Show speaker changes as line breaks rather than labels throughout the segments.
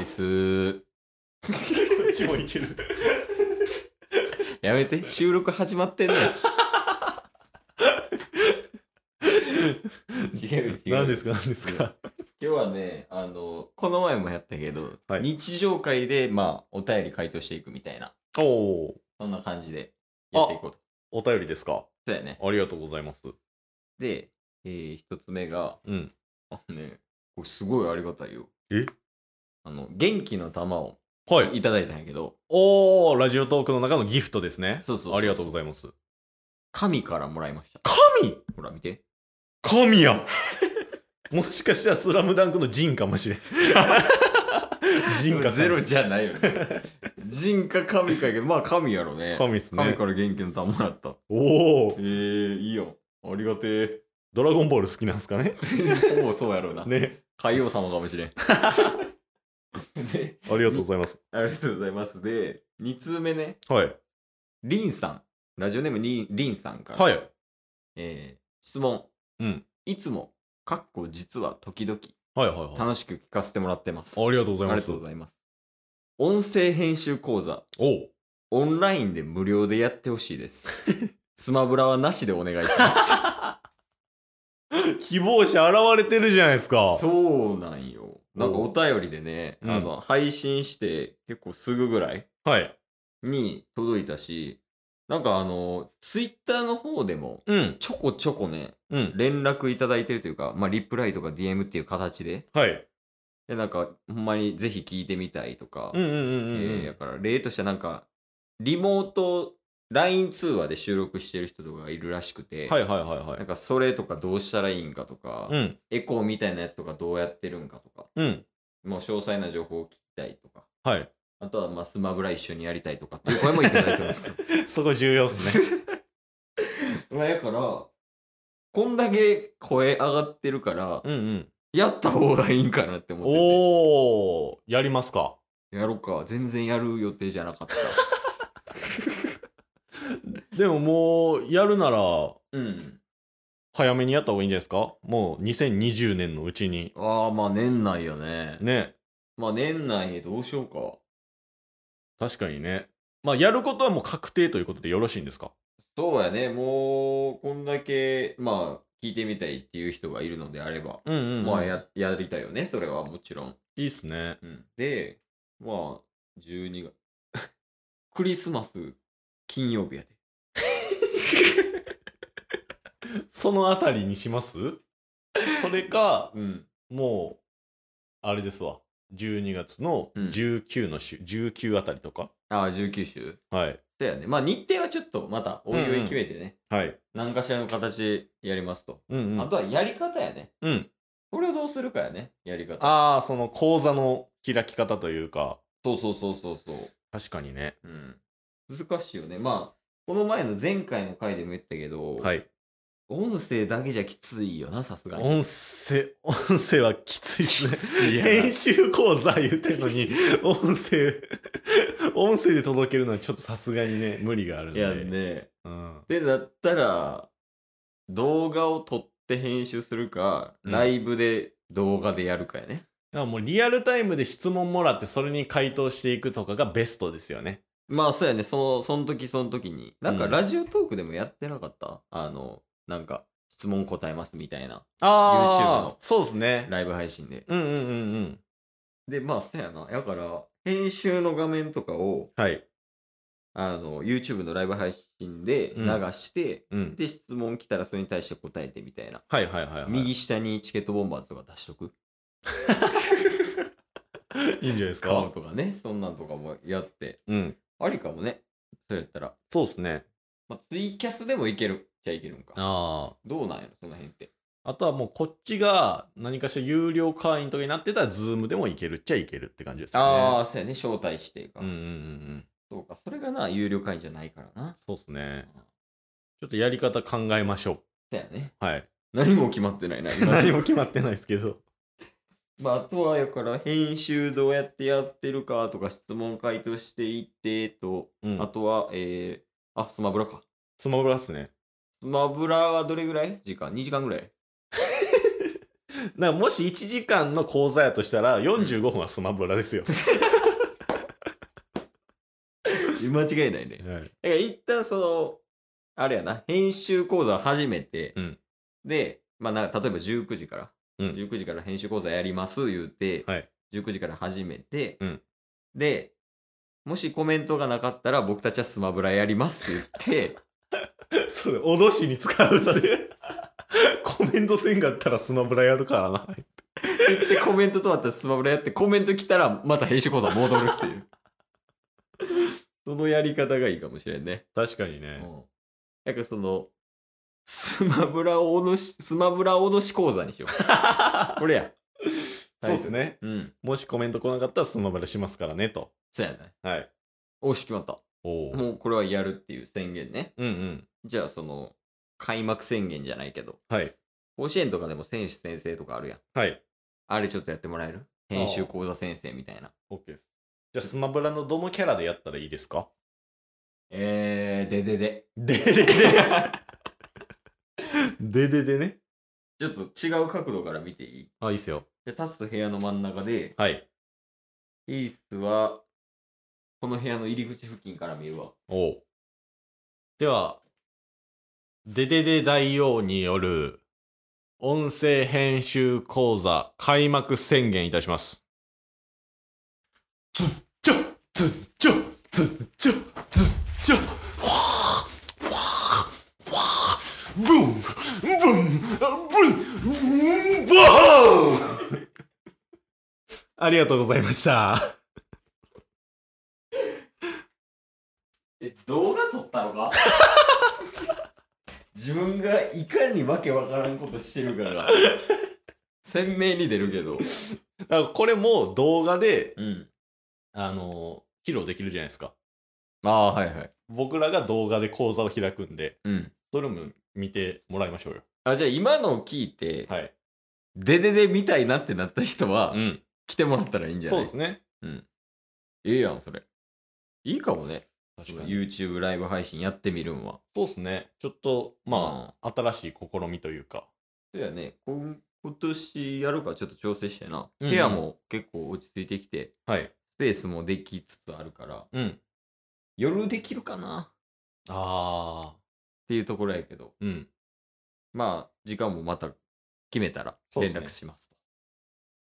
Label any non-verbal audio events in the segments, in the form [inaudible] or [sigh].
イス
こっちもいける。
やめて収録始まってんね
[laughs]
ん違う違う
何ですか何ですか
今日はねあのこの前もやったけど、
はい
日常会でまあお便り回答していくみたいな
おお
そんな感じでやっていこうと
お便りですか
そうやね
ありがとうございます。
で、えー、一つ目が
うん。
あのねこれすごいありがたいよ
え
あの元気の玉を
はい。
いただいたんやけど
おおラジオトークの中のギフトですね。
そうそうそうそう
ありがとうございます。
神からもらいました
神
ほら見て
神やもしかしたらスラムダンクのジンかも [laughs] しれん。ジンか神
ゼロじゃない
[laughs]
よね人か神かやけどまあ神やろね
神っす
神
ね。
から元気の玉もらった
おお
えー、いいよありがてえ
ドラゴンボール好きなんすかね [laughs]
ほぼそうやろうな。
ね。
海王様かもし
[laughs]
れん。で、
ありがとうございます。
ありがとうございます。で、2通目ね、
はい。
リンさん。ラジオネームリンリンさんから。
はい。
えー質問。
うん。
いつも、かっこ実は時々、
はいはいはい。
楽しく聞かせてもらってます。
ありがとうござい
あ
ま
りが
す
とう。ございます。音声編集講座、
おお
オンラインで無料でやってほしい
[laughs]
です。スマブラはなしでお願いします。
希望者現れてるじゃないですか。
そうなんよ。なんかお便りでね、
うん
あの配信して結構すぐぐらい
はい。
に届いたし、なんかあの、ツイッターの方でも、
うん。
ちょこちょこね、
うん。
連絡いただいてるというか、まあ、リプライとか DM っていう形で、
はい。
で、なんか、ほんまにぜひ聞いてみたいとか、
うんうんうんうんうん。
えーだから例としてはなんか、リモート、LINE 通話で収録してる人とかがいるらしくて、
はいはいはいは
なん
い。
かそれとかどうしたらいいんかとか、
うん。
エコーみたいなやつとかどうやってるんかとか、
うん。
もう詳細な情報を聞きたいとか、
はい。
あとはまあスマブラ一緒にやりたいとかっていう声もいただいてます。
[laughs] そこ重要っすね。
[laughs] まあやから、こんだけ声上がってるから、
うんうん。
やった方がいいんかなって
[laughs]
思って
おー、やりますか。
て。やろうか。全然やる予定じゃなかった。
でももう、やるなら、
うん。
早めにやった方がいいんじゃないですかもう、2020年のうちに。
ああ、まあ年内よね。
ね。
まあ年内どうしようか。
確かにね。まあ、やることはもう確定ということでよろしいんですか
そうやね。もう、こんだけ、まあ、聞いてみたいっていう人がいるのであれば、
うんう
まあや、やりたいよね。それはもちろん。
いいっすね。
うん、で、まあ、12月。 [laughs] クリスマス、金曜日やで。
そのあたりにします [laughs] それか、
うん。
もう、あれですわ。12月の
うん
19の週、19あたりとか。
ああ、19週。
はい。
そうやね。まあ、日程はちょっとまた、おいおい決めてね、
はい。
何かしらの形でやりますと。
うんうん。
あとはやり方やね。
うん。
これをどうするかやね、やり方。
ああ、その講座の開き方というか、
そうそうそうそうそう。
確かにね。
うん。難しいよね。まあ、この前の前回の回でも言ったけど、
はい。
音声だけじゃきついよな、さすがに。
音声、音声はきついですね。
いや
編集講座言ってんの [laughs] に、音声、音声で届けるのはちょっとさすがにね、無理があるん
い
で。
やね。
うん。
で、だったら、動画を撮って編集するか、
うん
ライブで動画でやるかやね。
だからもうリアルタイムで質問もらって、それに回答していくとかがベストですよね。
まあ、そうやね、その、その時その時に。なんか、
うん
ラジオトークでもやってなかった、あの、なんか、質問答えますみたいな、
あ
YouTube の
そうですね。
ライブ配信で。
うんうんうんうん。
で、まあ、そうやな。やから、編集の画面とかを、
はい。
あの、YouTube のライブ配信で流して、
うん。
で、質問来たらそれに対して答えてみたいな。
はいはいはい、はい。
右下にチケットボンバーズとか出しとく。
いいんじゃないです
買う
か。
とかね、そんなんとかもやって。
うん。
ありかもね。それやったら。
そうですね。
まあ、ツイキャスでもいけるじゃいけるんか。
ああ。
どうなんやろ、その辺って。
あとはもうこっちが何かしら有料会員とかになってたら、ズームでもいけるっちゃいけるって感じですね。
ああ、そうやね。招待してか。
うんうんうんうん。
そうか。それがな、有料会員じゃないからな。
そうですね。
うん
ちょっとやり方考えましょ
そうやね。
う。 [laughs] はい。
何も決まってない [laughs] な、今
何も決まってないですけど。
まあ、あとは、やから、編集どうやってやってるかとか、質問回答していって、と、
うん。
あとは、えー、あ、スマブラか。
スマブラっすね。
スマブラはどれぐらい時間 ?2 時間ぐらい。
なんかもし1時間の講座やとしたら45分はスマブラですよ、
[laughs] 間違いないね。
はい
だから一旦その、あれやな、編集講座始めて、
うん
で、まあなんか例えば19時から、
うん
19時から編集講座やります言うて、
はい
19時から始めて、
うん
で、もしコメントがなかったら僕たちはスマブラやりますって言って、
[laughs] そうだ脅しに使うさで [laughs] コメントせんかったらスマブラやるからな [laughs]
言ってコメントとまったらスマブラやって、コメント来たらまた編集講座戻るって
[laughs]
いう。そのやり方がいいかもしれんね。
確かにね
うん。なんかその、スマブラおのし、スマブラ脅し講座にしよ [laughs] う。これや。
そうですね
うん。
もしコメント来なかったらスマブラしますからねと
そうやね。
はい
おし、決まった。
おー
もうこれはやるっていう宣言ね。
うんうん
じゃあその、開幕宣言じゃないけど、
はい
甲子園とかでも選手先生とかあるやん。
はい
あれちょっとやってもらえる編集講座先生みたいな。
OK ですじゃあスマブラのどのキャラでやったらいいですか
えー、ででで。
でで [laughs] ででででね
ちょっと違う角度から見ていい
あいいっすよ
じゃあ、立つと部屋の真ん中で、
はい
エースは、この部屋の入り口付近から見るわ。
おうでは、デデデ大王による音声編集講座開幕宣言いたします。ずっちょずっちょずっちょずっちょわーわーわーブンブンブンブンバーンありがとうございました。
え、動画撮ったの [laughs] か自分がいかにわけわからんことしてるから鮮明に出るけど
だからこれも動画で、
うん
あの披露できるじゃないですか。
ああはいはい
僕らが動画で講座を開くんで、
うん
それも見てもらいましょうよ。
あじゃあ今のを聞いて、
はい。
デデデみたいなってなった人は、
うん。
来てもらったらいいんじゃ
そ
な
う
い
ですね。
ええやんそれいいかもね
確かに。
YouTube ライブ配信やってみるんは
そうですね。ちょっと、まあ、新しい試みというか。
そうやねこん今年やるからちょっと調整してな、
うん
部屋も結構落ち着いてきて
はい。
スペースもできつつあるから
うん。
夜できるかな
ああ。
っていうところやけど
うん。
まあ、時間もまた決めたら
そうっ
連
すね
絡します。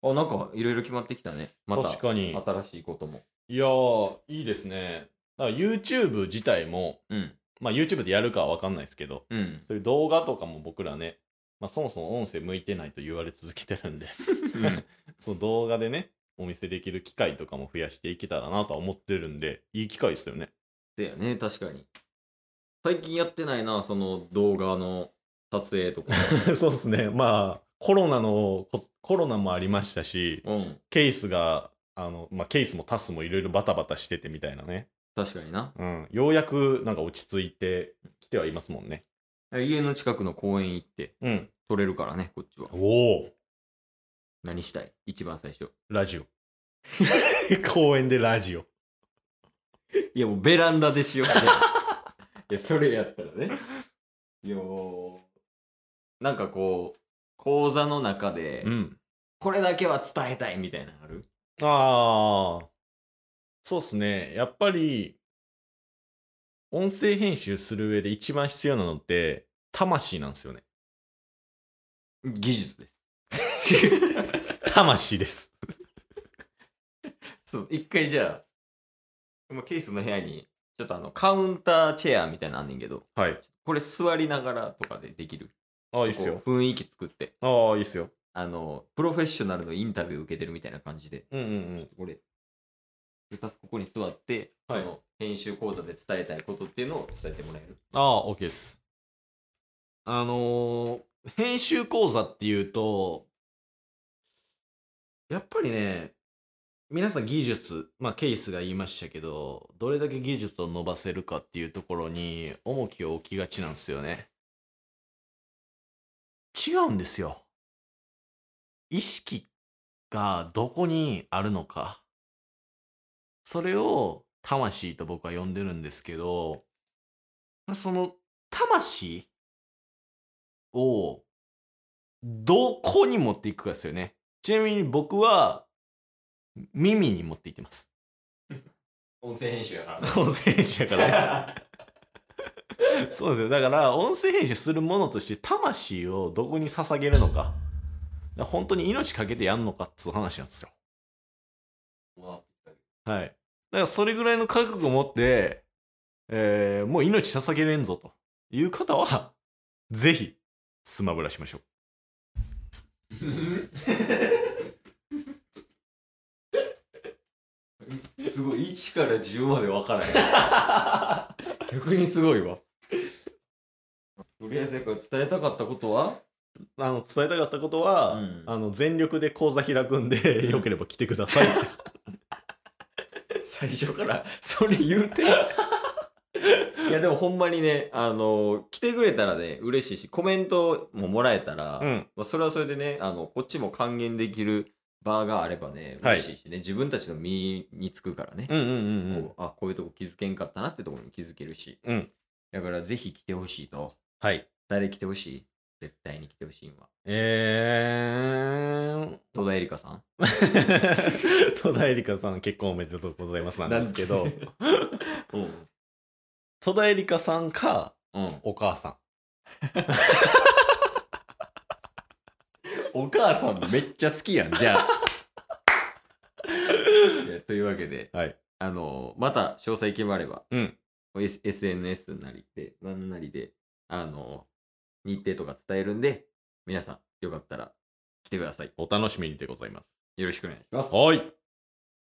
あ、なんかいろいろ決まってきたね。また
確かに。
新しいことも。
いやー、いいですね。だから YouTube 自体も、
うん。
まあ YouTube でやるかはわかんないですけど、
うん。
そういう動画とかも僕らね、まあそもそも音声向いてないと言われ続けてるんで、その動画でね、お見せできる機会とかも増やしていけたらなとは思ってるんで、いい機会ですよね。
[laughs] せやね、確かに。最近やってないな、その動画の撮影とか。
[laughs] そうですね。まあ、コロナのこ、コロナもありましたし、
うん。
ケースが、あの、まあ、ケースもタスもいろいろバタバタしててみたいなね。
確かにな。
うん。ようやく、なんか落ち着いてきてはいますもんね。
家の近くの公園行って
うん。
撮れるからね、こっちは。
おお
何したい一番最初。
ラジオ。 [laughs] 公園でラジオ。
いや、もうベランダでしよう。いや、それやったらね。いや、もうなんかこう、講座の中で、
うん。
これだけは伝えたいみたいなのある
ああ。そうっすね。やっぱり、音声編集する上で一番必要なのって、魂なんですよね。
技術です。
魂です。
そう、一回じゃあ、まあ、ケースの部屋に、ちょっとあの、カウンターチェアみたいなのあんねんけど、
はい。
これ座りながらとかでできる。
ああ、いいっすよ。
こう雰囲気作って、
ああ、いいっすよ。
あの、プロフェッショナルのインタビュー受けてるみたいな感じで、
うんうんうん。
これ、レタスここに座って、
はい
その、編集講座で伝えたいことっていうのを伝えてもらえる。
ああ、OK です。あのー編集講座っていうと、やっぱりね、皆さん技術、まあケースが言いましたけど、どれだけ技術を伸ばせるかっていうところに重きを置きがちなんですよね。違うんですよ。意識がどこにあるのか。それを魂と僕は呼んでるんですけど、まあその魂をどこに持っていくかですよね。ちなみに僕は、耳に持っていってます。
音声編集やからね。
[laughs] 音声編集やからね。 [laughs]
[laughs]
そうですよ。だから、音声編集するものとして、魂をどこに捧げるのか。だから本当に命かけてやんのかっつう話なんですよ。
まあ
はい。だから、それぐらいの覚悟を持って、えーもう命捧げれんぞという方は、ぜひ、スマブラしましょう。
すごい、1から10まで分からへん。 [laughs]
逆にすごいわ。
とりあえずやから伝えたかったことは
あの伝えたかったことは、
うん
あの全力で講座開くんで、よければ来てくださいって
最初からそれ言うて。いやでもほんまにね、あの来てくれたらね、嬉しいし、コメントももらえたら、
うん
[laughs] まあ、それはそれでねあの、こっちも還元できる場があればね、
はい
嬉しいしね、自分たちの身につくからね、
うんうんうんうん
こうあこういうとこ気づけんかったなってところに気づけるし、
うん
だからぜひ来てほしいと、
はい
誰来てほしい絶対に来てほしいんは。
えー、
戸田恵梨香さん
戸田恵梨香さん結婚おめでとうございますなんですけど
うん。
戸田恵梨香さんか
うん。
お母さん
お母さんめっちゃ好きやん、じゃあ。いやというわけで、
はい
あのまた詳細決まれば、
うん
S、SNS なりで、なんなりで、あの日程とか伝えるんで、皆さん、よかったら来てください。
お楽しみにでございます
よろしくお願いします。
はい